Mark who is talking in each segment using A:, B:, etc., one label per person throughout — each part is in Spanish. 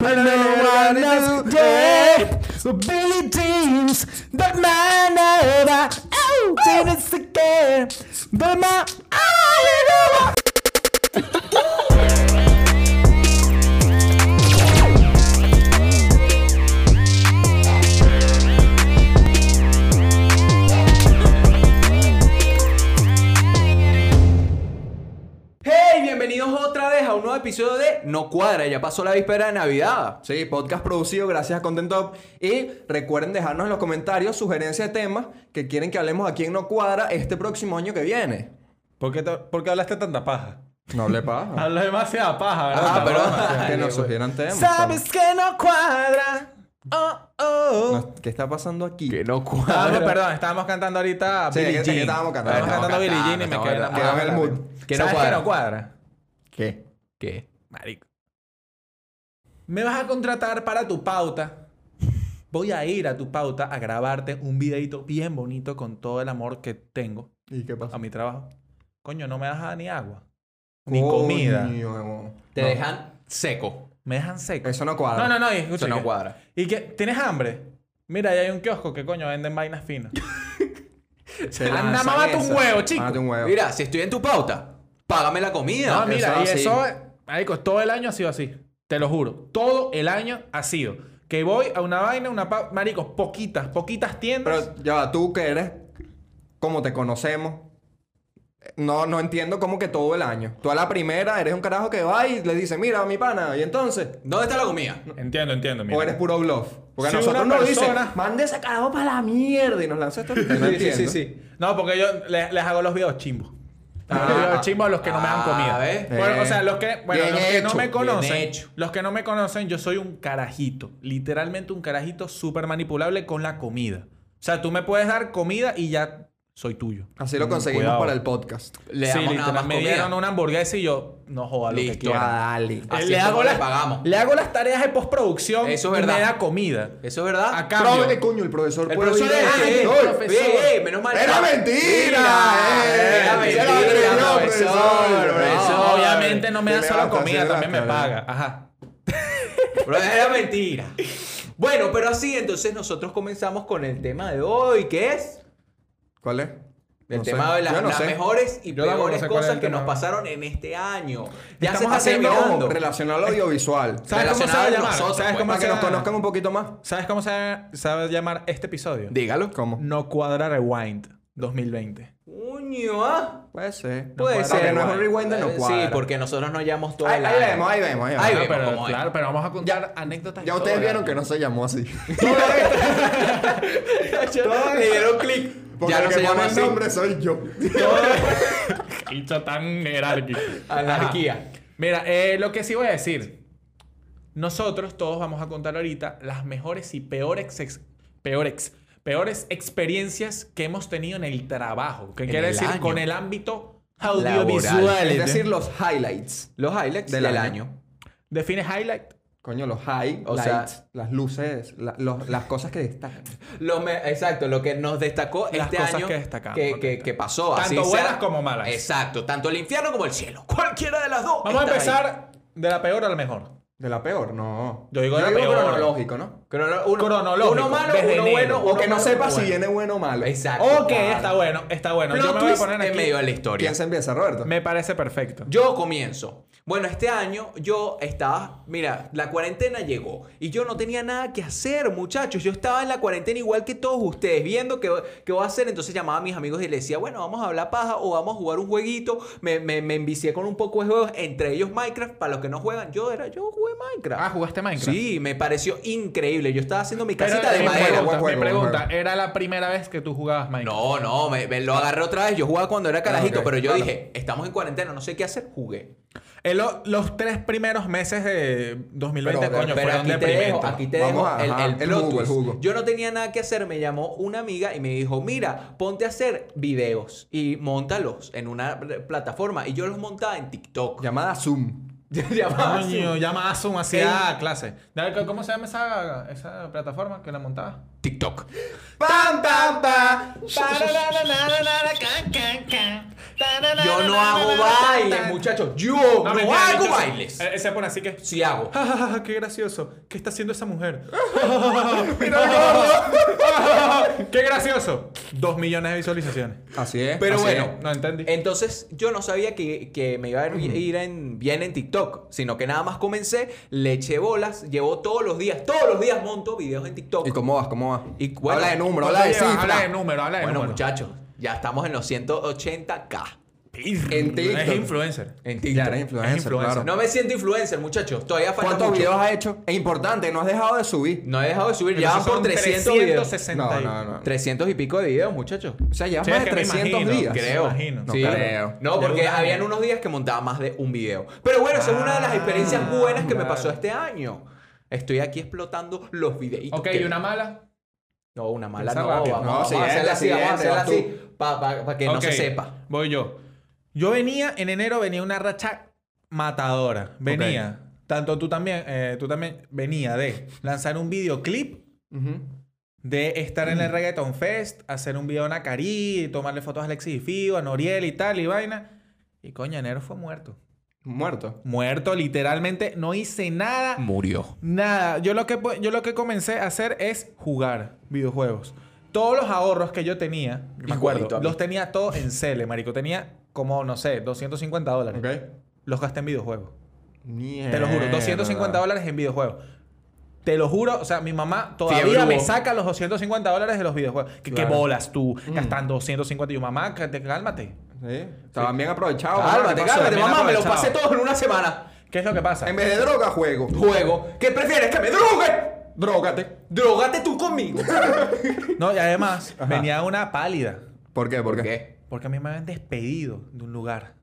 A: I know what I do, yeah. So Billy Jeans, that man over. Oh, Dennis again. But my I
B: ¡Hey! Bienvenidos otra vez a un nuevo episodio de No Cuadra. Ya pasó la víspera de Navidad.
C: Sí, podcast producido gracias a Content Top. Y recuerden dejarnos en los comentarios sugerencias de temas que quieren que hablemos aquí en No Cuadra este próximo año que viene.
D: ¿Por qué, ta- por qué hablaste tanta paja?
C: No le pasa.
D: Hablas demasiada paja, ¿verdad?
C: Ah, pero
D: Demasiada.
C: que nos sugieran temas.
A: Sabes que no cuadra. Oh, oh.
C: No, ¿Qué está pasando aquí? Ah,
B: Que no cuadra.
D: Estábamos- perdón, estábamos cantando ahorita
C: Sí,
D: Billie
C: que-
D: Jean.
C: que estábamos cantando.
D: Estábamos
C: Estábamos
D: cantando Billie Jean y me
B: cantando,
D: quedé la
B: estábamos
C: Quedó en
D: paja
C: el
D: también.
C: mood.
B: Que no
D: ¿Sabes
B: cuadra.
D: qué no cuadra?
C: ¿Qué?
B: ¿Qué?
D: Marico. Me vas a contratar para tu pauta. Voy a ir a tu pauta a grabarte un videito bien bonito con todo el amor que tengo
C: ¿Y qué pasa?
D: a mi trabajo. Coño, no me das ni agua. Ni comida.
C: Coño, huevón.
B: Te
C: No,
B: dejan seco.
D: Me dejan seco.
C: Eso no cuadra.
D: No, no, no. y
B: Eso
D: escucha,
B: no
D: que-
B: cuadra.
D: ¿Y qué? ¿Tienes hambre? Mira, ahí hay un kiosco que coño venden vainas finas.
C: Se
D: Anda,
C: lanzan
D: mámate un
C: esa.
D: huevo, chico.
C: Mámate un huevo.
B: Mira, si estoy en tu pauta, págame la comida.
D: No, mira,
C: eso
D: y
C: sí.
D: eso, marico, todo el año ha sido así. Te lo juro. Todo el año ha sido. Que voy a una vaina, una pa... Marico, poquitas, poquitas tiendas.
C: Pero ya va, tú que eres como te conocemos. No, no entiendo cómo que todo el año. Tú a la primera eres un carajo que va y le dice, mira, mi pana, y entonces.
B: ¿Dónde está la comida?
D: Entiendo, entiendo, mira.
C: O eres puro bluff. Porque
D: Si
C: a nosotros
D: una
C: nos
D: persona-
C: dicen, mande ese carajo para la mierda y nos lanza esto. ahorita.
D: Sí,
C: No
D: sí,
C: entiendo.
D: sí, sí. No, porque yo les, les hago los videos chimbos. Les hago los
C: Ah,
D: videos chimbos a los que no me dan
B: ah,
D: comida.
B: ¿ves?
D: Bueno, o
C: Eh.
D: sea, los que, bueno,
C: Bien
D: los que
C: hecho,
D: no me
C: bien
D: conocen,
B: hecho.
D: los que no me conocen, yo soy un carajito, literalmente un carajito súper manipulable con la comida. O sea, tú me puedes dar comida y ya soy tuyo.
C: Así
B: Mm,
C: lo conseguimos
D: cuidado.
C: para el podcast.
B: Le
D: sí,
B: damos nada más
D: literal, me
B: comida.
D: dieron una hamburguesa y yo no joda lo que
B: Listo.
D: quiera.
C: Ah, dale.
B: Así
D: le,
B: es
D: hago
B: como le
D: las,
B: pagamos.
D: le hago las tareas de postproducción
B: Eso es
D: y
B: verdad.
D: me da comida.
B: Eso es verdad.
D: A
C: Pro-
D: cambio.
C: eh, coño, el profesor
B: El
C: puede este
B: profesor
C: oír
B: es-
C: esto.
B: ¡Ay, el
C: ¡Oye!
B: profesor! ¡Eh, eh, menos mal!
C: ¡Era mentira! eh!
B: Era
C: ¡Se la
B: mentira,
C: creyó,
B: profesor, profesor.
D: No, obviamente no me da
C: Tiene
D: solo
C: bastante,
D: comida,
C: tiene
D: también me
C: bastante.
D: paga. Ajá.
B: Pero era mentira. Bueno, pero así, entonces nosotros comenzamos con el tema de hoy, que es
C: ¿Cuál es?
B: el
C: No sé.
B: tema de las,
C: Yo no
B: las
C: sé.
B: mejores y
D: Yo tampoco
B: peores
D: sé cuál es
B: cosas
D: el
B: que
D: tema.
B: nos pasaron en este año. Ya
C: Estamos
B: se está
C: haciendo
B: terminando. Eh,
C: relacionado al audiovisual.
D: ¿Sabes cómo se va a
B: Relacionado a
D: llamar?
B: nosotros,
D: ¿Sabes
B: pues,
D: cómo
C: Para
D: se
C: que nos
D: va-
C: conozcan un poquito más.
D: ¿Sabes cómo se va se va a llamar este episodio?
B: Dígalo.
C: ¿Cómo?
D: No cuadra rewind 2020.
B: Coño, ¿ah?
C: Puede ser.
B: Puede
C: Porque
B: ser.
C: no es un rewind de
B: Eh,
C: no cuadra.
B: Sí, porque nosotros no llevamos todo
C: Ahí,
B: el
C: ahí
B: año.
C: vemos, ahí vemos, ahí vemos.
B: Ahí
D: No,
B: vemos
D: pero,
B: cómo es.
D: claro, pero vamos a contar anécdotas.
C: Ya
D: y
C: ustedes
D: todo,
C: vieron que
D: ¿verdad?
C: no se llamó así.
B: Le dieron clic.
C: Porque
B: Ya
C: el
B: no
C: que
B: se llama
C: pone el
B: así.
C: nombre soy yo.
D: Bicho tan jerárquico.
B: Anarquía.
D: Mira, eh, lo que sí voy a decir. Nosotros todos vamos a contar ahorita las mejores y peores, ex- peores, peores experiencias que hemos tenido en el trabajo. ¿Qué
B: En
D: quiere
B: el
D: decir?
B: año.
D: Con el ámbito
B: Laboral.
D: audiovisual.
C: Es decir, los highlights.
B: Los highlights del,
C: Del
B: año.
C: año.
D: Define highlight.
C: Coño, los highlights.
B: O sea-
C: las luces, la- los- las cosas que destacan.
B: Lo me- exacto, lo que nos destacó
D: Las
B: este
D: cosas
B: año
D: que destacamos,
B: que, que-
D: correcto.
B: que pasó.
D: Tanto
B: así
D: buenas como malas.
B: Exacto, tanto el infierno como el cielo. Cualquiera de las dos.
D: Vamos
B: está
D: a
B: ahí.
D: empezar de la peor a la mejor.
C: De la peor, no.
D: Yo digo de la peor.
C: cronológico, ¿no?
B: Crono- uno,
D: Cronológico,
B: Uno malo,
D: desde
B: uno bueno,
D: enero.
B: uno
C: O que no
B: malo,
C: sepa
B: uno
C: si
B: bueno.
C: viene bueno o malo.
B: Exacto.
D: Ok,
B: claro.
D: está bueno, está bueno.
B: Plot
D: Yo me voy a
B: twist
D: poner
B: en
D: aquí.
B: medio de la historia.
C: ¿Quién se empieza, Roberto?
D: Me parece perfecto.
B: Yo comienzo. Bueno, este año yo estaba, mira, la cuarentena llegó y yo no tenía nada que hacer, muchachos. Yo estaba en la cuarentena igual que todos ustedes, viendo qué, qué voy a hacer. Entonces llamaba a mis amigos y les decía, bueno, vamos a hablar paja o vamos a jugar un jueguito. Me, me, me envicié con un poco de juegos, entre ellos Minecraft. Para los que no juegan, yo era, yo jugué Minecraft.
D: Ah, ¿jugaste Minecraft?
B: Sí, me pareció increíble. Yo estaba haciendo mi
D: Pero
B: casita de
D: mi
B: madera.
D: pregunta,
C: buen juego,
D: mi
C: buen
D: pregunta,
C: juego.
D: ¿era la primera vez que tú jugabas Minecraft?
B: No, no, me, me lo agarré otra vez. Yo jugaba cuando era carajito,
C: ok,
B: pero yo
C: claro.
B: dije, estamos en cuarentena, no sé qué hacer, jugué.
D: Eh, lo- los tres primeros meses de 2020,
C: Pero-
D: coño,
B: Pero
D: fueron
B: aquí te dejo,
D: deprimentes.
B: aquí te
C: Vamos
B: dejo
C: a-
B: el,
C: ajá,
B: el
C: el
B: plot
C: jugo, el
B: twist.
C: jugo.
B: Yo no tenía nada que hacer, me llamó una amiga y me dijo, mira, ponte a hacer videos y montalos en una re- plataforma. Y yo los montaba en TikTok.
C: Llamada Zoom.
B: Llamaba así.
D: Coño, llama a Zoom así
B: Ey.
D: a clase. Dale, ¿cómo- ¿Cómo se llama esa, esa plataforma que la montaba?
B: TikTok.
C: ¡Pam, pam, pam!
B: Yo no hago bailes, muchachos. Yo no,
D: No, Ah, mentira,
B: hago
D: yo-
B: bailes.
D: Eh, Se pone así que. "Ah,
B: Sí hago.
D: "Ja, ja, ja, ja, ¡Qué gracioso! ¿Qué está haciendo esa mujer?
C: Mira, gordo.
D: ¡Qué gracioso! Dos millones de visualizaciones.
C: Así es.
B: Pero
C: así
B: bueno,
D: No entendí.
B: Entonces yo no sabía que, que me iba a ir en- bien en TikTok, sino que nada más comencé, le eché bolas, llevo todos los días, todos los días monto videos en TikTok.
C: es. ¿Y cómo vas? ¿Cómo vas?
B: Y bueno,
C: habla de número,
D: ¿Cuánto
C: habla de
D: llevas?
C: cifra.
D: Habla de número, habla de
B: bueno
D: número.
B: muchachos, ya estamos en los 180k.
C: En TikTok.
D: Es influencer.
C: En TikTok. eres influencer,
D: Es influencer.
C: claro.
B: No me siento influencer muchachos, todavía falta
C: ¿Cuántos
B: mucho.
C: videos has hecho? Es importante, no has dejado de subir.
B: No he dejado de subir,
D: Pero
B: ya van
D: esos son
B: por 300 videos.
D: 360
C: No,
D: y-
C: no, no.
B: 300 y pico de videos muchachos.
C: O sea, llevas
D: Sí,
C: más
D: es
C: de
D: que me
C: 300
D: imagino,
C: días.
D: creo.
B: Creo.
D: imagino.
C: No
B: Sí.
C: creo.
B: No, porque
D: Ya un año.
B: habían unos días que montaba más de un video. Pero bueno, esa es una de las
D: Ah,
B: experiencias buenas que me
D: claro.
B: pasó este año. Estoy aquí explotando los videitos.
D: Ok,
B: que-
D: y una mala.
B: No, una mala
D: Esa
B: no.
D: rápido.
B: Vamos,
C: No,
B: vamos a
C: siguiente,
B: hacerla así, vamos a
C: siguiente,
B: hacerla
C: vas
B: así. Para que no se
D: Ok,
B: sepa.
D: Voy yo. Yo venía, en enero venía una racha matadora. Venía. Tanto tú también, eh, tú también venía de lanzar un videoclip,
C: Ujú.
D: de estar
B: Mm.
D: en el Reggaeton Fest, hacer un video a Nacari, tomarle fotos a Alexis y Figo, a Noriel y tal, y vaina. Y coño, enero fue muerto.
C: Muerto.
D: Muerto, literalmente. No hice nada.
B: Murió.
D: Nada, yo lo que po- yo lo que comencé a hacer es jugar videojuegos. Todos los ahorros que yo tenía,
B: Igualito a
D: me acuerdo,
B: mí.
D: los tenía todos en Cele, marico. Tenía como, no sé, 250 dólares.
C: ¿Ok?
D: Los gasté en videojuegos.
C: Mierda.
D: Te lo juro, 250 dólares en videojuegos. Te lo juro, o sea, mi mamá todavía
B: Fiebre
D: me
B: hubo.
D: saca los 250 dólares de los videojuegos. ¿Qué, qué
C: Claro.
D: bolas tú gastando 250? Y yo, mamá, cá- te- cálmate.
C: Sí. Estaban bien aprovechados.
B: Cálmate,
C: ¿Qué pasó?
B: cálmate,
D: También
B: mamá. Me lo
D: aprovechado.
B: pasé todo en una semana.
D: ¿Qué es lo que pasa?
C: En vez de droga, juego.
B: Juego. ¿Qué prefieres? ¿Que me drogue?
C: Drogate.
B: Drogate tú conmigo.
D: No, y además, venía una pálida.
C: ¿Por qué?
B: ¿Por
C: ¿Por, qué?
B: qué?
D: Porque a mí me habían despedido de un lugar.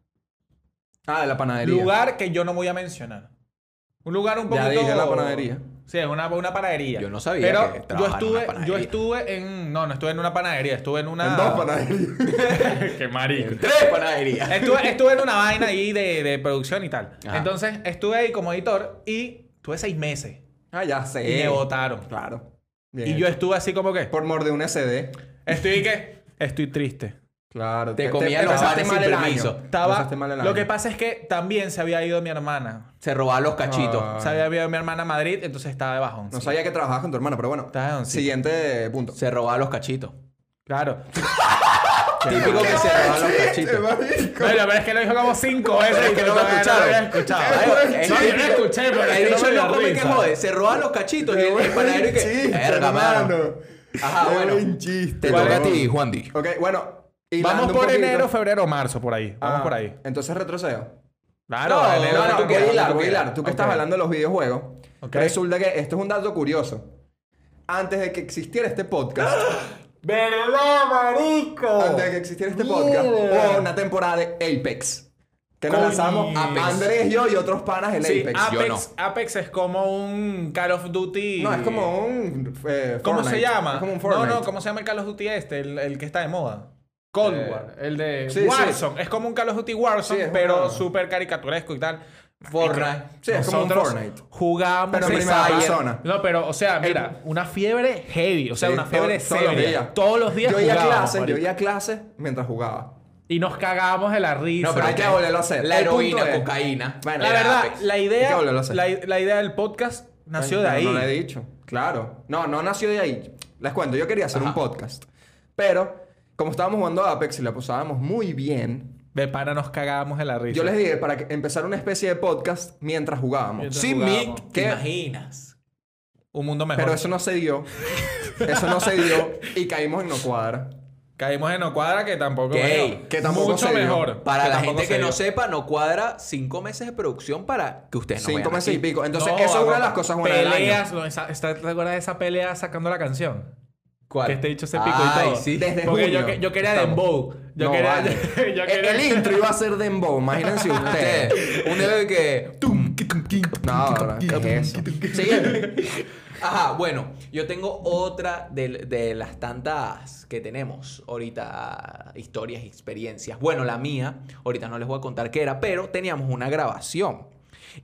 C: Ah, de la panadería.
D: Lugar que yo no voy a mencionar. Un lugar un
C: Ya
D: poquito...
C: dije la panadería.
D: Sí, es una, una panadería.
B: Yo no sabía
D: Pero
B: que
D: yo
B: trabajaba en una
D: estuve,
B: panadería.
D: yo estuve en... No, no estuve en una panadería. Estuve en una...
C: En dos panaderías.
D: ¡Qué marico!
B: Tres panaderías.
D: Estuve, estuve en una vaina ahí de, de producción y tal.
B: Ajá.
D: Entonces, estuve ahí como editor y tuve seis meses.
C: ah, ya sé.
D: Y me votaron.
C: Claro.
D: Y yo estuve así como que...
C: Por morder un SD.
D: Estoy que... Estoy triste.
C: Claro.
B: Te comían los
C: empezaste
B: bares sin
C: mal el
B: permiso.
C: año.
D: Estaba...
C: Empezaste mal el
D: Lo que
C: año.
D: pasa es que también se había ido mi hermana.
B: Se robaban los cachitos.
C: Ah.
D: Se había ido mi hermana a Madrid, entonces estaba de bajón.
C: No sabía que trabajabas con tu hermana, pero bueno.
D: Estaba doncito.
C: Siguiente punto.
B: Se robaban los cachitos.
D: Claro.
B: Típico que se robaban los cachitos.
D: Bueno, pero es que lo dijo como cinco veces.
B: Pero es
D: y
B: que
D: yo
B: no lo
D: todavía
B: escucharon.
D: había escuchado.
B: Ay,
C: buen
B: eh,
D: No, yo no
B: eh,
D: escuché, pero es
B: El
D: que no
B: bicho
D: me
B: no
D: dio
B: come que
D: risa.
C: eh.
B: jode. Se roban los cachitos. Y el- el panadero y que. Verga, mano. Ajá, bueno. Te toca a ti, Juan Di.
C: Ok, bueno. hilando
D: Vamos
C: un
D: por
C: poquito.
D: enero, febrero, marzo, por ahí. Vamos
C: Ah,
D: por ahí.
C: Entonces retrocedo.
D: Claro,
B: No,
D: enero,
C: No,
B: tú
C: no, voy
B: quieras,
C: a
B: lo
C: hilar,
B: que
C: voy a
B: quieras.
C: hilar. Tú que estás
D: Ok.
C: hablando de los videojuegos.
D: Ok.
C: Resulta que esto es un dato curioso. Antes de que existiera este podcast,
D: ¡Verdad, marico!
C: antes de que existiera este podcast,
D: Mierda.
C: hubo una temporada de Apex. Que nos
D: Coño.
C: lanzamos
D: Apex.
C: Andrés, yo y otros panas el
D: Sí,
C: Apex.
B: yo
D: Apex, Apex es como un Call of Duty.
C: No, es como un. eh,
D: ¿Cómo
C: Fortnite.
D: se llama?
C: Es como un
D: no,
C: Fortnite.
D: no, ¿cómo se llama el Call of Duty este? El, el que está de moda. Cold
C: Eh,
D: War. El de
C: sí, sí.
D: Warzone. Es como un Call of Duty Warzone,
C: Sí, es
D: pero
C: una-
D: súper caricaturesco y tal.
B: Fortnite.
C: Sí, es como un
D: Nosotros
C: Fortnite.
D: Jugamos
C: Pero en
D: Free
C: primera
D: Fire.
C: persona.
D: No, pero, o sea, mira, una fiebre heavy. O sea,
C: Sí,
D: una
C: to-
D: fiebre
C: todos los
D: seria.
C: días.
D: Todos los días
C: Yo iba a
D: jugábamos,
C: clases, yo
D: marico.
C: iba a clases mientras jugaba.
D: Y nos cagábamos de la risa.
C: No, pero hay que volverlo a hacer.
B: La
C: El punto
B: heroína,
C: es-
B: cocaína.
C: Bueno,
D: la
B: el
D: verdad,
B: Apex.
D: la
C: Hay que
D: idea,
C: volverlo a hacer.
D: la, la idea del podcast nació de
C: Ay,
D: ahí.
C: pero No lo he dicho. Claro. No, no nació de ahí. Les cuento, yo quería hacer
B: Ajá.
C: un podcast. Pero, como estábamos jugando a Apex y la pasábamos muy bien,
D: De pana nos cagábamos de la risa.
C: yo les dije para que- empezar una especie de podcast mientras jugábamos.
D: Mientras-
B: Sin
D: jugábamos.
B: mic. ¿Te
C: ¿Qué?
B: imaginas?
D: Un mundo mejor.
C: Pero eso no se dio. Eso no se dio. Y caímos en no cuadra.
D: Caímos en Ocuadra que tampoco.
B: Gay,
D: bueno,
C: que tampoco
D: mucho
C: se dio.
D: mejor.
B: Para la
D: tampoco
B: gente que
D: se
B: no
D: dio.
B: sepa, no cuadra cinco meses de producción para que ustedes no
C: Cinco
B: vean
C: meses y
B: aquí.
C: pico. Entonces,
D: No,
C: eso es una de
D: no,
C: las cosas buenas del año.
D: Peleas, no, esa- esta- ¿te acuerdas de esa pelea sacando la canción?
B: ¿Cuál?
D: Que este dicho se picó
B: Ay,
D: y todo.
B: sí.
C: Desde
D: Porque
C: junio
D: yo, que- yo quería
C: estamos.
D: Dembow. Yo
C: No,
D: quería.
C: vale.
D: yo
C: El-
D: quería-
C: El intro iba a ser Dembow, imagínense ustedes.
B: Ustedes, Un dedo de que. tum, ki, tum, ki, tum,
C: No, ahora, ¿qué es eso? Siguiente.
B: Ajá, bueno, yo tengo otra de, de las tantas que tenemos ahorita, historias, experiencias. Bueno, la mía, ahorita no les voy a contar qué era, pero teníamos una grabación.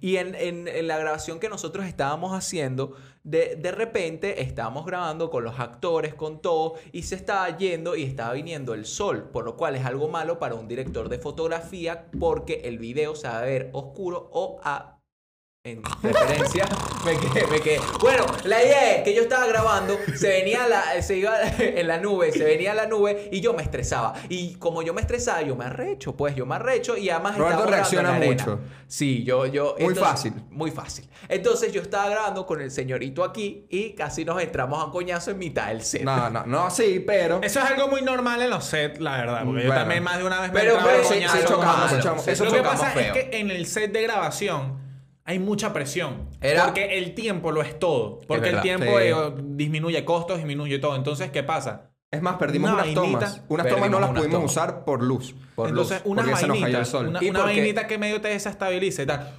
B: Y en, en- en la grabación que nosotros estábamos haciendo, de, de repente estábamos grabando con los actores, con todo, y se estaba yendo y estaba viniendo el sol, por lo cual es algo malo para un director de fotografía porque el video se va a ver oscuro o a en referencia, me quedé, me quedé. Bueno, la idea es que yo estaba grabando, se venía la, se iba en la nube, se venía la nube y yo me estresaba. Y como yo me estresaba, yo me arrecho, pues yo me arrecho y además
C: Roberto
B: estaba grabando en
C: reacciona
B: la arena.
C: mucho.
B: Sí, yo, yo.
C: Muy fácil.
B: Muy fácil. Entonces yo estaba grabando con el señorito aquí y casi nos entramos a coñazo en mitad del set.
C: No, no, no, sí, pero.
D: Eso es algo muy normal en los sets, la verdad. Porque yo
C: Bueno.
D: también más de una vez me
B: Pero,
D: entraba
B: pero
D: a
B: sí,
D: coñazo
B: sí,
D: con
B: chocamos,
D: Pablo.
C: chocamos,
D: Lo
C: eso
D: que
C: chocamos
D: pasa
B: feo.
D: es que en el set de grabación hay mucha presión.
B: Era-
D: Porque el tiempo lo es todo. Porque
C: verdad,
D: el tiempo
C: sí.
D: eh, disminuye costos, disminuye todo. Entonces, ¿qué pasa?
C: Es más, perdimos
D: Una
C: unas tomas.
D: vainita.
C: Unas tomas no
B: Perdimos
C: las
B: unas
C: pudimos
B: tomas.
C: usar por luz.
B: Por
D: Entonces,
B: luz,
D: una
C: porque se nos cayó el
D: vainita,
C: sol.
D: una,
B: ¿Y
D: una
B: por qué?
D: vainita que medio te desestabiliza y tal.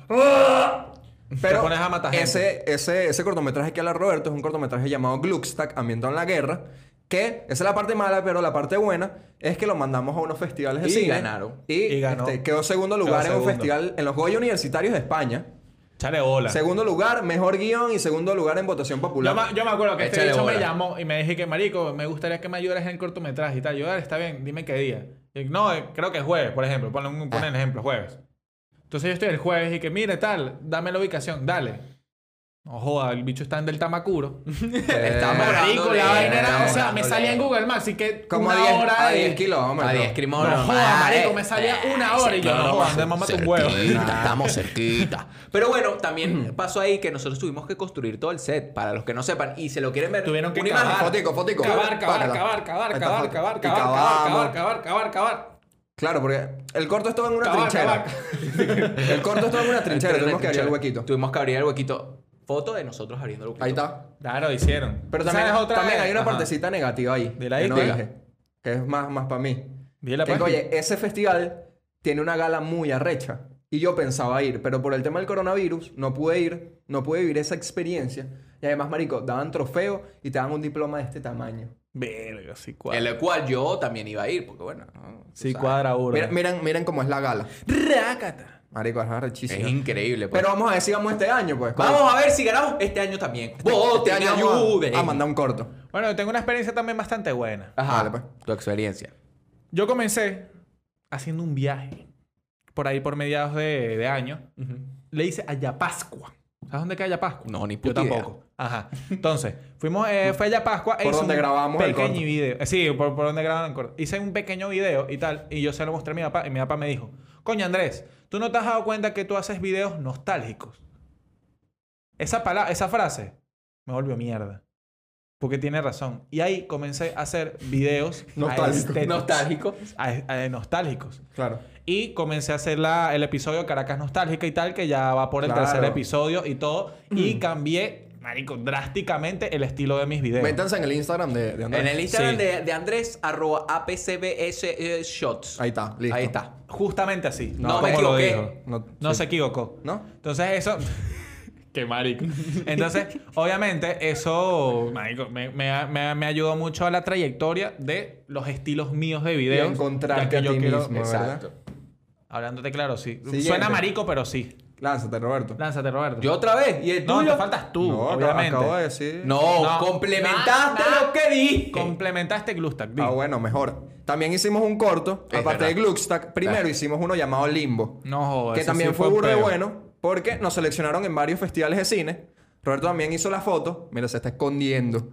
C: Pero
D: pones a matar gente.
C: ese, ese, ese cortometraje que habla Roberto es un cortometraje llamado Gluckstack, ambientado en la guerra. Que esa es la parte mala, pero la parte buena es que lo mandamos a unos festivales de
B: Y
C: cine.
B: ganaron.
C: Y,
D: Y ganó.
C: este, quedó segundo
D: Quedó
C: lugar en un
D: segundo.
C: festival en los Goya Universitarios de España.
D: Chale bola.
C: Segundo lugar, mejor guión y segundo lugar en votación
D: Yo
C: popular.
D: me, yo me acuerdo que este
B: Échale
D: bicho me
B: bola.
D: llamó y me dije que, marico, me gustaría que me ayudaras en el cortometraje y tal. Yo, dale, está bien, dime qué día. Y, no, eh, creo que es jueves, por ejemplo. Ponen un ponen ejemplo, jueves. Entonces yo estoy el jueves y que, mire, tal, dame la ubicación, dale. No joda, el bicho está en del Tamacuro.
B: Estamos
D: Marico,
B: dándole,
D: la vaina era, o
B: estamos
D: sea, me
B: dándole.
D: salía en Google Maps, así que
C: Como
D: una
C: a 10
D: hora
C: a
D: de-
C: 10 kilómetros.
B: A 10 kilómetros.
D: No joda, marico, me salía una hora y yo, no joda, anda, mámate un huevo.
B: Cerquita, Estamos cerquita. Pero bueno, también pasó ahí que nosotros tuvimos que construir todo el set, para los que no sepan, y se lo quieren ver.
D: Tuvieron que
B: una
D: cavar.
B: imagen.
C: Fotico, fotico.
D: Cavar, cavar,
C: Pácala.
D: cavar, cavar,
C: Ahí está,
D: cavar, cavar,
C: foto.
D: cavar, cavar,
C: Y cavamos.
D: cavar, cavar, cavar, cavar.
C: Claro, porque el corto estaba en una
D: Cavar,
C: trinchera. el corto estaba en una trinchera.
B: Entonces,
C: Tuvimos que abrir el
B: trinchera.
C: huequito.
B: Tuvimos que abrir el huequito. Foto de nosotros abriendo el huequito.
C: Ahí está.
D: Claro, hicieron.
C: Pero
D: ¿Tú
C: también,
D: sabes otra
C: también
D: vez?
C: hay una
D: Ajá.
C: partecita negativa ahí.
D: De la
C: que no
D: isla.
C: dije, Que es más, más para mí.
D: Dile,
C: Que,
D: pues.
C: oye, ese festival tiene una gala muy arrecha. Y yo pensaba ir, pero por el tema del coronavirus no pude ir, no pude vivir esa experiencia. Y además, marico, daban trofeo y te daban un diploma de este tamaño.
D: Verga, sí
B: En el cual yo también iba a ir, porque bueno. no, tú
D: Sí,
B: sabes.
D: cuadra uno.
C: Mira- miren, miren cómo es la gala.
B: Rácata.
C: Marico, es arrechísimo.
B: Es increíble. pues.
C: Pero vamos a ver si vamos este año, pues. coño.
B: vamos a ver si ganamos este año también.
C: Este-
B: Voten,
C: este año vamos a-
B: ayuden.
C: a mandar un corto.
D: Bueno, yo tengo una experiencia también bastante buena.
B: Ajá,
C: Dale, pues.
B: tu experiencia.
D: Yo comencé haciendo un viaje por ahí por mediados de, de año. Le hice Ayapascua. ¿Sabes dónde queda Ayapascua?
B: No, ni
D: Yo
B: puta idea.
D: tampoco. Ajá. Entonces, fuimos, eh, fue a Ayapascua. e
C: Por
D: hice
C: donde
D: un
C: grabamos el
D: pequeño
C: corto.
D: video. Eh, sí, por, por donde grabaron el corto. Hice un pequeño video y tal. Y yo se lo mostré a mi papá. Y mi papá me dijo: Coño, Andrés, ¿tú no te has dado cuenta que tú haces videos nostálgicos? Esa, pala- esa frase me volvió mierda. Porque tiene razón. Y ahí comencé a este hacer videos
C: Nostálgicos.
D: aesthetic-
B: Nostálgico.
D: a- a- nostálgicos.
C: Claro.
D: Y comencé a hacer la- el episodio Caracas Nostálgica y tal, que ya va por el
C: Claro. Mm.
D: tercer episodio y todo. Y cambié, marico, drásticamente el estilo de mis videos.
C: Métanse en el Instagram de, de Andrés.
B: En el Instagram
D: Sí.
B: de, de Andrés, arroba APCBS eh, Shots.
C: Ahí está, listo.
B: Ahí está.
D: Justamente así.
B: No,
D: como
B: me
D: lo
B: equivoqué.
D: dijo.
C: No,
D: No
C: sí.
D: se equivocó.
C: ¿No?
D: Entonces eso... Qué marico. Entonces, obviamente, eso marico, me, me, ha- me, ha- me ayudó mucho a la trayectoria de los estilos míos de videos.
C: Y encontrarte
D: ya que
C: a
D: yo
C: ti
D: quiero-
C: mismo,
D: Exacto.
C: ¿verdad?
D: Hablándote claro, sí.
C: Siguiente.
D: Suena marico, pero sí.
C: Lánzate, Roberto.
D: Lánzate, Roberto.
B: Yo otra vez. ¿Y el
D: No,
B: tuyo?
D: te faltas tú,
C: No, acabo-
D: obviamente.
C: acabo de decir.
B: No,
D: No.
B: complementaste
D: Na- na-
B: lo que dije.
D: Complementaste Glustack. di.
C: Ah, bueno, mejor. También hicimos un corto,
B: Es
C: aparte de
B: verdad.
C: Gluckstack. Primero
B: Ah.
C: hicimos uno llamado Limbo.
D: No jodas.
C: que
D: ese
C: también
D: sí
C: fue burro de
D: feo.
C: bueno, porque nos seleccionaron en varios festivales de cine. Roberto también hizo la foto. Mira, se está escondiendo.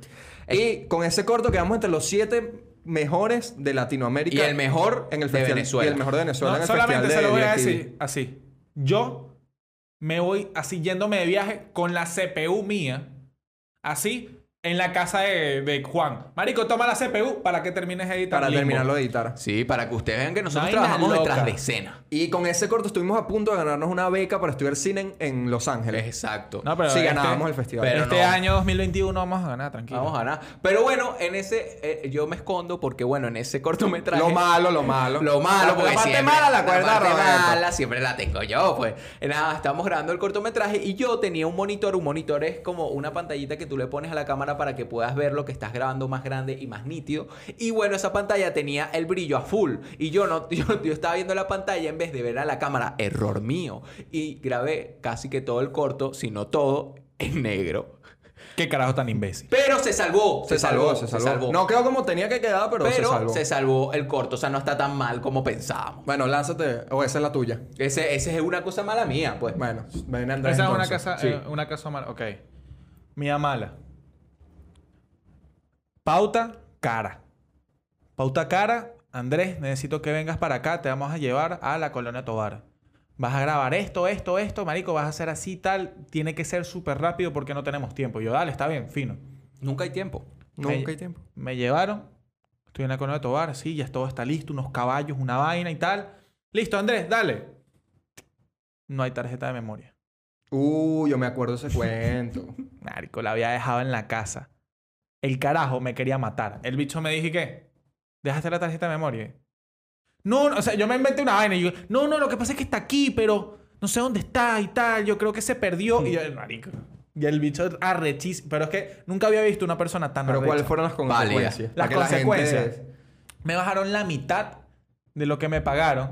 C: Y con ese corto quedamos entre los siete mejores de Latinoamérica.
B: Y el mejor
C: en el
B: de
C: festival.
B: Venezuela.
C: Y el mejor de Venezuela
D: No,
C: en el
D: solamente se
C: festival
D: lo voy
C: de
D: a
C: DirecTV.
D: decir así. Yo me voy así yéndome de viaje con la CPU mía. Así. En la casa de, de Juan. Marico, toma la CPU para que termines editando.
C: Para
D: Limbo.
C: terminarlo de editar.
B: Sí, para que ustedes vean que nosotros
D: Vaina
B: trabajamos
D: loca.
B: detrás de escena.
C: Y con ese corto estuvimos a punto de ganarnos una beca para estudiar cine en, en Los Ángeles.
B: Exacto.
D: No, pero
C: Sí,
D: este-
C: ganábamos el festival.
B: pero
D: este
B: no.
D: año 2021 vamos a ganar, tranquilo.
B: Vamos a ganar. Pero bueno, en ese eh, yo me escondo porque bueno, en ese cortometraje
C: Lo malo, lo malo.
B: Lo malo,
C: La-
B: porque
C: la parte
B: siempre-
C: mala la cuerda,
B: parte
C: Roberto.
B: mala siempre la tengo yo, pues. Nada, estábamos grabando el cortometraje y yo tenía un monitor. Un monitor es como una pantallita que tú le pones a la cámara para que puedas ver lo que estás grabando más grande y más nítido. Y bueno, esa pantalla tenía el brillo a full. Y yo no, yo, yo estaba viendo la pantalla en vez de ver a la cámara. Error mío. Y grabé casi que todo el corto, si no todo, en negro.
D: Qué carajo tan imbécil.
B: Pero se salvó. Se, salvó, se salvó.
C: No creo como tenía que quedar, pero, se
B: pero
C: salvó.
B: se salvó el corto. O sea, no está tan mal como pensábamos.
C: Bueno, lánzate. O esa es la tuya.
B: Ese, ese es una cosa mala mía, pues.
C: Bueno, ven Andrés.
D: Esa es una
C: entonces.
D: casa,
C: Sí.
D: eh, una casa mala. Ok. Mía mala. Pauta cara. Pauta cara. Andrés, necesito que vengas para acá. Te vamos a llevar a la colonia Tobar. Vas a grabar esto, esto, esto, marico. Vas a hacer así, tal. Tiene que ser súper rápido porque no tenemos tiempo. Y Yo, dale, está bien, fino.
B: Nunca hay tiempo.
C: Nunca
D: Me-
C: hay tiempo.
D: Me llevaron. Estoy en la colonia de Tobar, sí, ya todo está listo, unos caballos, una vaina y tal. Listo, Andrés, dale. No hay tarjeta de memoria.
C: Uh, yo me acuerdo ese cuento.
D: Marico, la había dejado en la casa. El carajo me quería matar. El bicho me dijo, ¿y qué? ¿Dejaste la tarjeta de memoria? No, no, o sea, yo me inventé una vaina y yo, no, no, lo que pasa es que está aquí, pero no sé dónde está y tal, yo creo que se perdió. Y yo, marico. Y el bicho arrechísimo. Pero es que nunca había visto una persona tan
C: Pero ¿cuáles
D: arrecha.
C: fueron las
B: Válida.
C: consecuencias?
D: Las
C: Para que la gente-
D: consecuencias. Me bajaron la mitad de lo que me pagaron,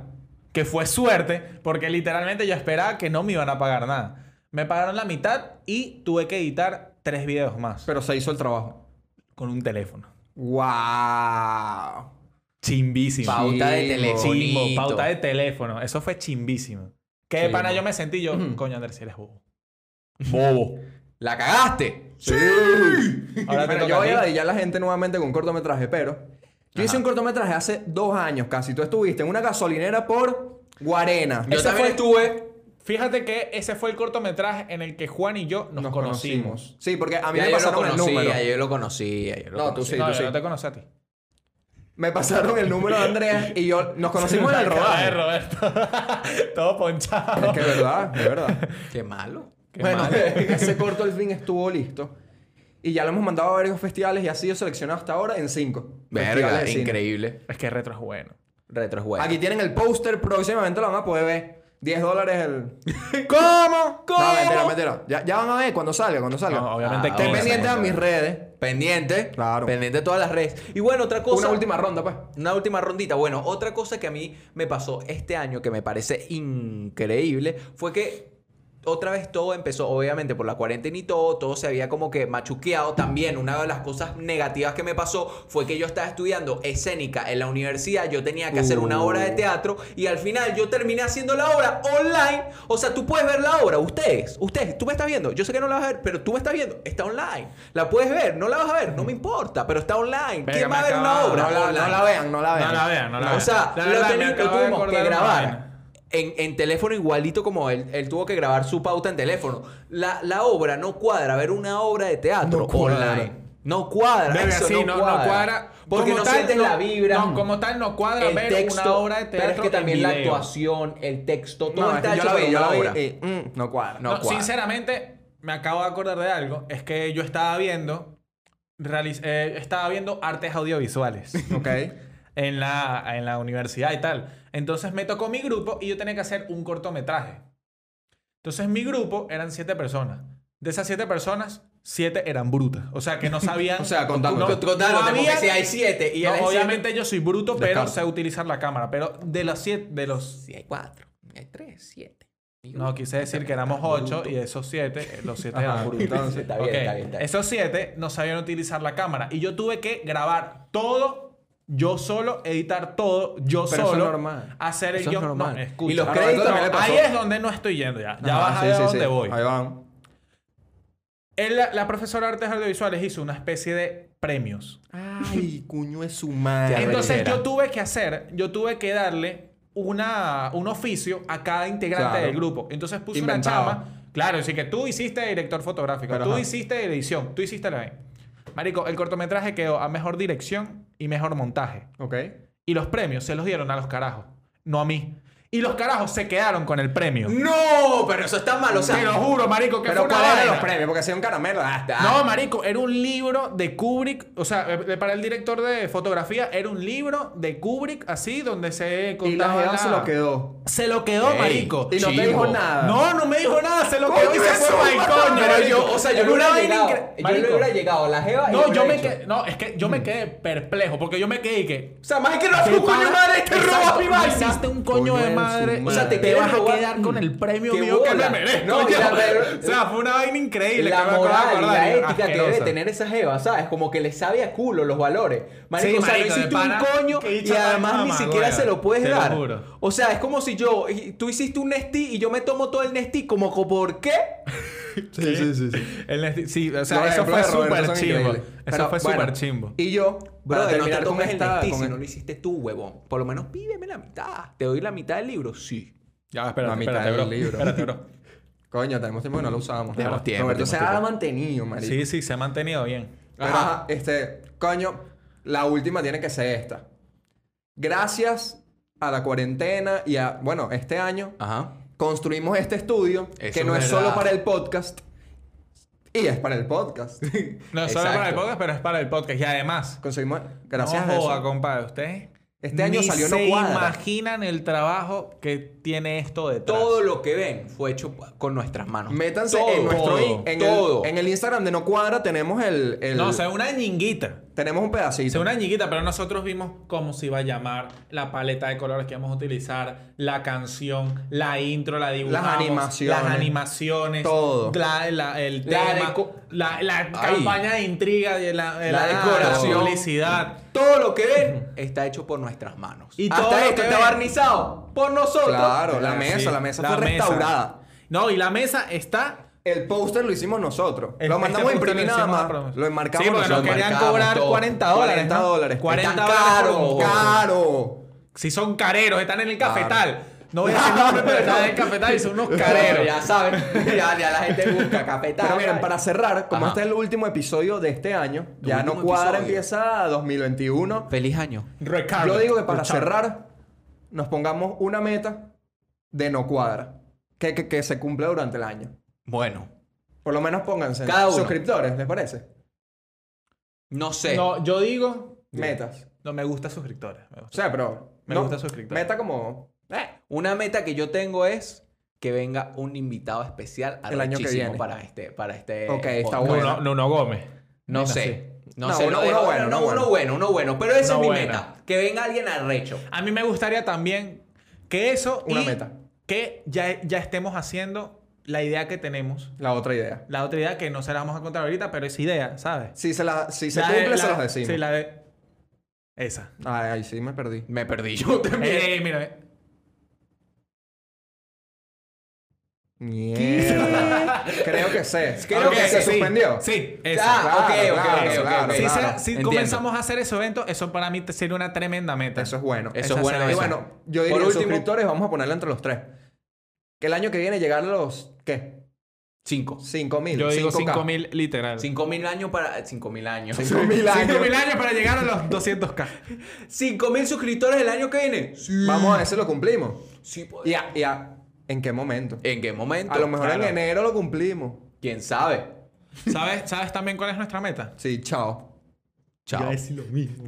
D: que fue suerte, porque literalmente yo esperaba que no me iban a pagar nada. Me pagaron la mitad y tuve que editar tres videos más
C: Pero se hizo el trabajo.
D: con un teléfono.
C: ¡Wow!
D: Chimbísimo.
C: Pau-
B: Pauta de
C: Chimbo,
B: teléfono.
D: Chimbo, pauta de teléfono. Eso fue chimbísimo. Que de
C: Chimbo.
D: pana yo me sentí yo,
C: Ujú.
D: coño Andrés, si eres bobo. Bobo.
B: ¡La cagaste!
C: ¡Sí!
D: Ahora te
C: Bueno,
D: toca
C: yo
D: a
C: voy
D: ti.
C: a ladillar a la gente nuevamente con un cortometraje, pero... Yo hice un cortometraje hace dos años casi. Tú estuviste en una gasolinera por Guarena.
B: Yo
D: Ese
B: también
D: fue-
B: estuve.
D: Fíjate que ese fue el cortometraje en el que Juan y yo nos, conocimos.
C: Sí, porque a mí
B: Ya
C: me
B: yo lo
C: pasaron el número.
B: conocía, yo lo conocía. yo lo
C: No, tú
B: conocía.
C: Sí,
D: no,
C: tú
D: yo
C: sí.
D: no te conocí a ti.
C: Me pasaron el número de Andrea y yo nos conocimos en el
D: La cara de
C: rodaje.
D: Roberto. Todo ponchado.
C: Es que es verdad, es verdad.
B: Qué malo.
D: Qué
C: bueno,
D: malo.
C: ese corto al fin estuvo listo. Y ya lo hemos mandado a varios festivales y ha sido seleccionado hasta ahora en cinco. festivales
B: Verga,
C: de cine.
B: increíble.
D: Es que retro es bueno.
B: Retro es bueno.
C: Aquí tienen el póster, próximamente lo van a poder ver. 10 dólares el.
D: ¿Cómo? ¿Cómo?
C: No, mentira, mentira. Ya, ya van a ver cuando salga, cuando salga.
D: No, obviamente
B: Ah,
D: que
C: Estén
B: ahora,
C: pendientes a
B: ahora.
C: mis redes.
B: Pendiente.
C: Claro.
B: Pendiente de todas las redes. Y bueno, otra cosa.
C: Una última ronda, pues.
B: Una última rondita. Bueno, otra cosa que a mí me pasó este año que me parece increíble fue que otra vez todo empezó, obviamente, por la cuarentena y todo, todo se había como que machuqueado también. Una de las cosas negativas que me pasó fue que yo estaba estudiando escénica en la universidad, yo tenía que hacer una
C: Uh.
B: obra de teatro y al final yo terminé haciendo la obra online. O sea, tú puedes ver la obra, ustedes, ustedes, tú me estás viendo, yo sé que no la vas a ver, pero tú me estás viendo, está online. La puedes ver, no la vas a ver, no me importa, pero está online.
D: Venga,
B: ¿Quién
D: me
B: va a ver
D: acaba-
B: una obra?
C: No la, no
B: online?
C: la vean, no la vean.
D: No la vean, no la vean.
B: O sea,
D: La
B: lo,
D: verdad,
B: tenía- lo
D: me acabo de
B: tuvimos que
D: acordar una
B: grabar
D: vaina.
B: en, en teléfono igualito como él. Él tuvo que grabar su pauta en teléfono. La, la obra no cuadra. Ver una obra de teatro
C: No cuadra.
B: online. No cuadra.
D: Verga,
B: eso
D: sí,
B: no, cuadra. Porque
D: como
B: no
D: tal,
B: sientes
D: no-
B: la vibra.
D: No, como tal no cuadra
B: el
D: ver
B: texto,
D: una obra de teatro.
B: pero es que
D: en
B: también la
D: video.
B: actuación, el texto, todo
C: No, es
B: está
C: que
B: hecho
C: yo
B: Eh,
C: la
B: para
C: vi, yo
B: una
C: la
B: obra.
C: vi. y, mm, no cuadra.
B: No.
D: No,
B: cuadra.
D: sinceramente, me acabo de acordar de algo. Es que yo estaba viendo. realiz- eh, estaba viendo artes audiovisuales.
C: Ok.
D: en la, en la universidad y tal. Entonces me tocó mi grupo y yo tenía que hacer un cortometraje. Entonces mi grupo eran siete personas. De esas siete personas, siete eran brutas. O sea, que no sabían...
C: O sea, contando.
D: no-
B: Cont- contándote,
D: no
B: porque
D: habían-
B: si hay siete y
D: no,
B: él es
D: obviamente yo soy bruto, pero
C: Descarta.
D: sé utilizar la cámara. Pero de los siete... De los...
B: Si hay cuatro, hay tres, siete.
D: No, quise decir que éramos ocho y esos siete, eh, los siete
C: Ajá,
D: eran brutos.
C: entonces.
B: Está bien,
D: Ok,
B: está bien, está bien.
D: Esos siete no sabían utilizar la cámara. Y yo tuve que grabar todo yo solo, editar todo yo
C: Pero eso
D: solo.
C: es normal.
D: Hacer el
B: Eso es
D: guión.
B: normal.
D: No, escucha.
B: Y los
C: Ah, no,
B: créditos
C: esto también le
D: Ahí
C: pasó.
D: es donde no estoy yendo ya. Ya
C: Ajá,
D: vas a
C: sí,
D: ver
C: sí,
D: a dónde
C: sí.
D: voy.
C: Ahí van.
D: Él, la, la profesora de artes audiovisuales hizo una especie de premios.
C: Ay, cuño es su madre.
D: Entonces
B: arrechera.
D: yo tuve que hacer, yo tuve que darle una, un oficio a cada integrante
C: Claro.
D: del grupo. Entonces puse
C: Inventado.
D: una chama. Claro, así que tú hiciste director fotográfico,
C: Pero
D: tú
C: ajá.
D: hiciste edición, tú hiciste la... Marico, el cortometraje quedó a mejor dirección y mejor montaje.
C: Ok.
D: Y los premios se los dieron a los carajos, no a mí. Y los carajos se quedaron con el premio.
B: No, pero eso está mal. O sea,
D: Te lo juro, marico, que fue
C: Pero
D: una
C: ¿cuáles eran
D: vaina.
C: los premios? Porque hacía un caramelo. Ah, está.
D: No, marico, era un libro de Kubrick, o sea, eh, para el director de fotografía era un libro de Kubrick así donde se
C: y la
D: contaba
C: jeva
D: la-
C: se lo quedó.
D: Se lo quedó,
B: Ey,
D: marico.
C: Y no te
B: Chivo.
C: dijo nada.
D: No, no me dijo nada, se lo quedó y
C: Coño,
D: se
C: eso,
D: fue para el
C: marico.
D: coño.
B: pero
D: marico.
B: yo, o sea, yo
D: Era
B: le hubiera
D: vaina
B: llegado.
D: incre-
B: Yo le
D: Marico.
B: hubiera llegado a la jeva. y le
D: No, yo
B: hubiera
D: me
B: dicho,
D: quedé, no, es que yo me quedé perplejo porque yo me quedé y que
B: O sea, más que no hace un coño de madre, te
D: Exacto,
B: robas mi
D: me
B: vaina.
D: Hiciste un coño
C: Coño de
D: de
C: su
D: madre.
C: madre. O sea,
B: te
D: te vas
B: quieres
D: a
B: robar-
D: quedar con el premio
B: Qué
D: mío que
B: bola.
D: me merezco.
B: No, y
D: yo.
B: la-
D: o sea, fue una vaina increíble.
B: La
D: que me acabo de
B: moral y la
D: acordar, yo,
B: ética que debe
D: asquerosa.
B: tener esa jeva, ¿sabes? Como que le sabe a culo los valores. Marico,
D: Sí,
B: o sea, no
D: marico, de
B: hiciste un
D: pana,
B: coño
D: que
B: y
D: dicha
B: además
D: vaina
B: ni
D: mamá,
B: siquiera
D: hueva,
B: se lo puedes
D: te lo
B: dar.
D: juro.
B: O sea, es como si yo, y- tú hiciste un Nestí y yo me tomo todo el Nestí, como, co- ¿por qué?
C: Sí, sí, sí. sí.
D: El nesti- sí, o sea,
C: Los
D: eso
C: ejemplos
D: fue
C: de Roberto
D: súper
C: son
D: chimbo.
C: increíbles.
D: Eso
C: Pero,
D: fue
C: bueno,
D: súper chimbo.
C: Y yo, para
B: Bro, no te
C: terminar con
B: tomes el
C: esta...
B: Nestí
C: con
B: si
C: el-
B: no lo hiciste tú, huevón. Por lo menos pídeme la mitad. ¿Te doy la mitad del libro? Sí.
D: Ya, espérate,
C: La mitad
D: espérate,
C: del
D: bro.
C: libro.
D: Espérate, bro.
C: Coño, tenemos tiempo que no lo usábamos.
B: Tenemos tiempo,
C: Roberto
B: tenemos
C: se ha
B: tiempo.
C: mantenido, marico.
D: Sí, sí, se ha mantenido bien.
C: Pero,
B: Ajá.
C: ajá, este, coño, la última tiene que ser esta. Gracias a la cuarentena y a, bueno, este año,
B: Ajá.
C: construimos este estudio
B: Ah. Eso
C: que no
B: es
C: es
B: verdad.
C: solo para el podcast. Y es para el podcast.
D: No es solo para el
B: Exacto.
D: podcast, pero es para el podcast. Y además,
C: Conseguimos, gracias
D: no
C: a
D: joda,
C: eso.
D: compadre, ustedes
C: Este año
D: ni
C: salió no
D: se
C: cuadra.
D: imaginan el trabajo que tiene esto detrás.
B: Todo lo que ven fue hecho con nuestras manos.
C: Métanse
B: Todo,
C: en nuestro
B: todo,
C: in- en,
B: todo.
C: El, en el Instagram de No Cuadra tenemos el, el-
D: No, o sea, una ñinguita.
C: tenemos un
D: O sea,
C: pedacito.
D: una ñinguita, pero nosotros vimos cómo se iba a llamar, la paleta de colores que vamos a utilizar, la canción, la intro, la dibujamos.
C: Las animaciones.
D: Las animaciones.
C: Todo.
D: La, la- el
B: La
D: tema.
B: deco-
D: la la campaña de intriga, de la, de
B: La
D: la-
B: decoración.
D: La publicidad.
B: Todo lo que ven está hecho por nuestras manos.
D: Y todo lo
B: Hasta esto
D: que
B: está
D: ven.
B: barnizado por nosotros.
C: Claro, la mesa,
D: Sí,
C: la mesa fue restaurada.
D: No, y la mesa está...
C: El póster lo hicimos nosotros.
D: el-
C: lo mandamos a
D: este
C: imprimir
D: punto
C: nada
D: lo hicimos
C: más.
D: nosotros.
C: Lo enmarcamos
D: Sí, porque nos
C: nosotros.
D: querían
B: enmarcamos
D: cobrar
B: todo.
D: 40 dólares.
C: 40
D: ¿no?
C: dólares.
D: 40
B: Está
D: dólares. por
B: caro,
D: un póster.
C: ¡Caro!
D: Si son careros, están en el
C: Claro.
D: cafetal. No voy a decir nombre, pero están en el cafetal y son unos
B: Carero,
D: careros.
B: ya saben. Ya, ya la gente busca capetal.
C: Pero miren, para cerrar, como
B: Ajá.
C: este es el último episodio de este año,
B: Tu
C: ya no
B: último
C: cuadra,
B: episodio.
C: empieza 2021.
B: Feliz año.
D: Recargo.
C: Yo digo que para cerrar, nos pongamos una meta de no cuadra, que, que, que se cumpla durante el año.
B: Bueno,
C: Por lo menos pónganse
B: Cada uno.
C: suscriptores, ¿les parece?
B: no
C: eh.
B: sé.
D: No, yo digo.
C: Metas.
D: No, me gusta suscriptores. me
C: O
D: gusta.
C: sea, pero...
D: Me
C: no,
D: gusta suscriptores.
C: Meta como...
B: Eh, Una meta que yo tengo es que venga un invitado especial
C: El año que
B: arrechísimo
C: viene.
B: para este para este
C: Ok, está
B: podcast.
C: bueno.
D: Nuno, Nuno Gómez.
B: No
D: Mira,
B: sé. No,
C: No,
B: sé,
C: uno-
B: lo dejo-
C: uno bueno,
B: no,
C: uno
B: uno
C: bueno.
B: bueno, uno bueno. Pero esa
D: Uno
B: es mi
D: bueno.
B: meta. Que venga alguien arrecho.
D: sí. A mí me gustaría también que eso.
C: Una
D: y
C: meta.
D: Que ya, ya estemos haciendo la idea que tenemos.
C: La otra idea.
D: La otra idea que no se la vamos a contar ahorita, pero es idea, ¿sabes?
C: Si se, la, si se
D: La de-
C: cumple,
D: la-
C: se los decimos.
D: Sí, la de. Esa.
C: Ay, ahí sí me perdí.
B: Me perdí yo también.
D: Eh, eh, mira. eh.
C: Mierda. Creo que sé. Creo
B: Ok,
C: que se
B: sí.
C: suspendió.
D: Sí, esa.
B: Ah, ok,
C: Claro,
B: ok,
C: claro,
B: ok, ok,
C: claro,
B: ok.
D: si se-
C: claro.
D: si
B: Entiendo.
D: comenzamos a hacer esos eventos, eso para mí te sería una tremenda meta.
C: Eso es bueno.
B: Eso
D: Esa
B: es bueno.
D: será-
C: Y
B: eso.
C: bueno, yo diría
B: Por último-
C: suscriptores, vamos a ponerla entre los tres. Que el año que viene llegar a los, ¿qué?
B: Cinco.
C: 5 mil.
D: Yo digo 5000 literal.
B: Cinco mil años para... Cinco mil años.
C: 5 mil años.
D: 5000 años para llegar a los 200k.
B: Cinco mil suscriptores el año que viene. Sí.
C: Vamos a ver si lo cumplimos.
B: Sí, podemos.
C: Y a, y a- ¿En qué momento?
B: ¿En qué momento?
C: A lo mejor
B: Claro.
C: en enero lo cumplimos.
B: ¿Quién sabe?
D: ¿Sabes, ¿Sabes también cuál es nuestra meta?
C: Sí, chao.
B: Chao.
D: lo mismo.